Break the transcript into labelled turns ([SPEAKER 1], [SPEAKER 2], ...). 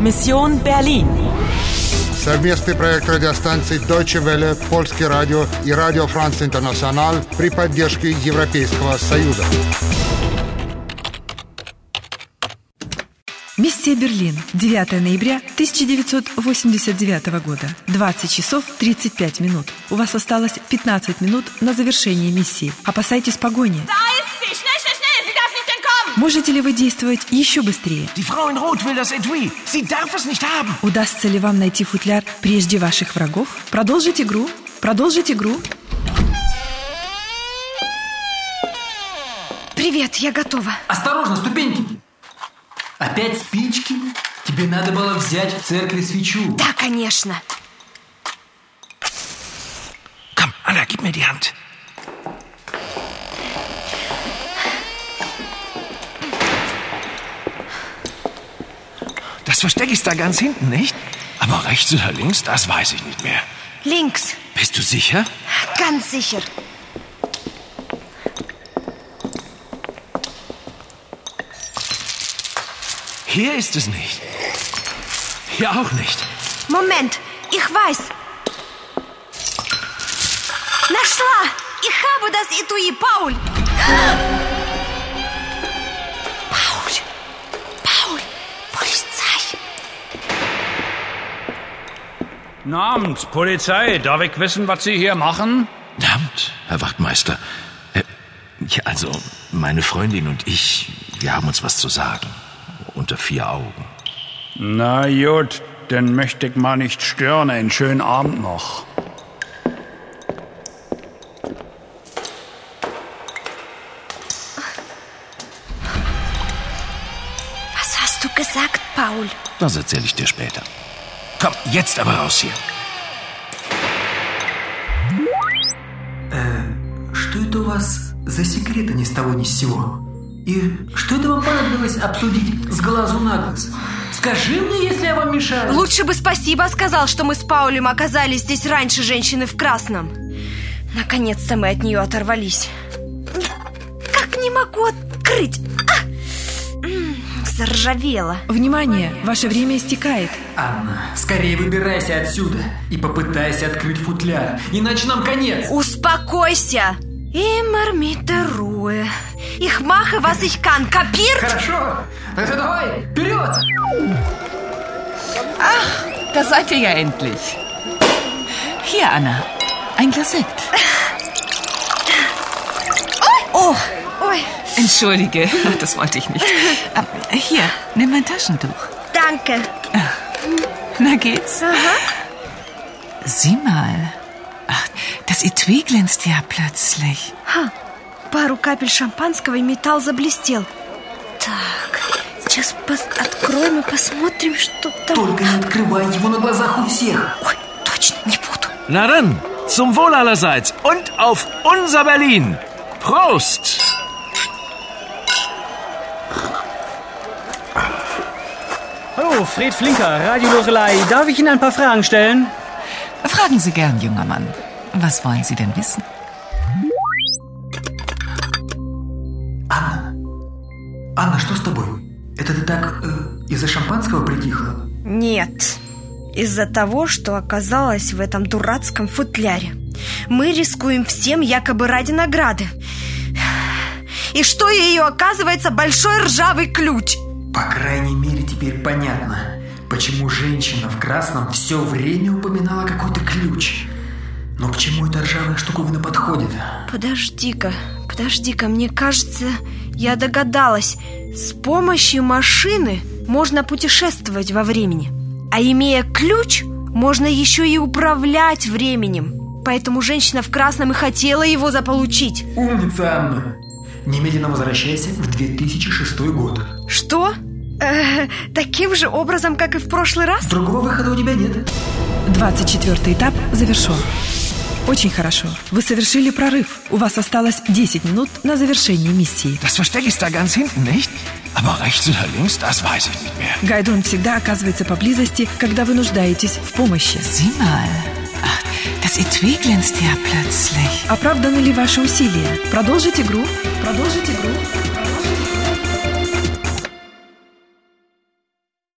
[SPEAKER 1] Mission Berlin.
[SPEAKER 2] Совместный проект радиостанций Deutsche Welle, Польский радио и Радио Франц Интернационал при поддержке Европейского Союза.
[SPEAKER 3] Миссия Берлин. 9 ноября 1989 года. 20 часов 35 минут. У вас осталось 15 минут на завершение миссии. Опасайтесь погони. Можете ли вы действовать еще быстрее?
[SPEAKER 4] Die Frau in Rot will das Etui. Sie darf es nicht haben.
[SPEAKER 3] Удастся ли вам найти футляр прежде ваших врагов? Продолжить игру. Продолжить игру.
[SPEAKER 5] Привет, я готова.
[SPEAKER 6] Осторожно, ступеньки! Опять спички? Тебе надо было взять в церкви свечу.
[SPEAKER 5] Да, конечно.
[SPEAKER 4] Komm, Anna, gib mir die Hand. Das Versteck ist da ganz hinten, nicht? Aber rechts oder links, das weiß ich nicht mehr.
[SPEAKER 5] Links,
[SPEAKER 4] Bist du sicher?
[SPEAKER 5] ganz sicher.
[SPEAKER 4] Hier ist es nicht. Hier auch nicht.
[SPEAKER 5] Moment, ich weiß. Нашла! Ich habe das Etui, Paul. Paul, Paul, Polizei.
[SPEAKER 7] Guten Abend, Polizei. Darf ich wissen, was Sie hier machen?
[SPEAKER 8] Verdammt, Herr Wachtmeister. Äh, ja, also, meine Freundin und ich, wir haben uns was zu sagen. Unter vier Augen.
[SPEAKER 7] Na gut, dann möchte ich mal nicht stören. Einen schönen Abend noch.
[SPEAKER 5] Was hast du gesagt, Paul?
[SPEAKER 8] Das erzähle ich dir später. Komm, jetzt aber raus hier.
[SPEAKER 6] Что это у вас за секреты ни с того ни с сего? И что это вам понадобилось обсудить с глазу на глаз? Скажи мне, если я вам мешаю.
[SPEAKER 5] Лучше бы спасибо сказал, что мы с Паулем оказались здесь раньше женщины в красном. Наконец-то мы от нее оторвались. Как не могу открыть? А! М, Заржавела.
[SPEAKER 3] Внимание, ваше время истекает.
[SPEAKER 6] Анна, скорее выбирайся отсюда и попытайся открыть футляр, иначе нам конец.
[SPEAKER 5] Успокойся. Immer mit der Ruhe. Ich mache, was ich kann. Kapiert?
[SPEAKER 6] Хорошо, тогда давай, вперед!
[SPEAKER 9] Da seid ihr ja endlich. Hier, Anna. Ein Glas Sekt.
[SPEAKER 5] Oh, ой,
[SPEAKER 9] Entschuldige, das wollte ich nicht. Äh, Hier, nimm mein Taschentuch.
[SPEAKER 5] danke.
[SPEAKER 9] Na geht's? Sieh mal. Ach, das Etui glänzt ja plötzlich.
[SPEAKER 5] Пару капель шампанского и металл заблестел. Так, сейчас пос- откроем и посмотрим, что там.
[SPEAKER 6] Только не открывай его на глазах у всех.
[SPEAKER 5] Ой, точно, не буду.
[SPEAKER 10] Na dann, zum Wohl allerseits und auf unser Berlin. Prost!
[SPEAKER 11] Hallo, Fred Flinker, Radio Lorelei. Darf ich Ihnen ein paar Fragen stellen?
[SPEAKER 9] Fragen Sie gern, junger Mann. Was wollen Sie denn wissen?
[SPEAKER 6] Анна, что с тобой? Это ты так э, из-за шампанского притихла?
[SPEAKER 5] Нет, из-за того, что оказалось в этом дурацком футляре. Мы рискуем всем якобы ради награды. И что ее оказывается большой ржавый ключ.
[SPEAKER 6] По крайней мере, теперь понятно, почему женщина в красном все время упоминала какой-то ключ. Но к чему эта ржавая штуковина подходит?
[SPEAKER 5] Подожди-ка, подожди-ка, мне кажется, я догадалась. С помощью машины можно путешествовать во времени. А имея ключ, можно еще и управлять временем. Поэтому женщина в красном и хотела его заполучить.
[SPEAKER 6] Умница, Анна! Немедленно возвращайся в 2006 год.
[SPEAKER 5] Что? Э, таким же образом, как и в прошлый раз?
[SPEAKER 6] Другого выхода у тебя нет.
[SPEAKER 3] 24 этап завершен. Очень хорошо. Вы совершили прорыв. У вас осталось 10 минут на завершение миссии.
[SPEAKER 10] Das Versteck ist da ganz hinten, nicht? Aber rechts oder links, das weiß ich nicht mehr.
[SPEAKER 3] Гайдон всегда оказывается поблизости, когда вы нуждаетесь в помощи.
[SPEAKER 9] Sieh mal. Ach, das Etui glänzt ja plötzlich.
[SPEAKER 3] Оправданы ли ваши усилия? Продолжить игру. Продолжить игру.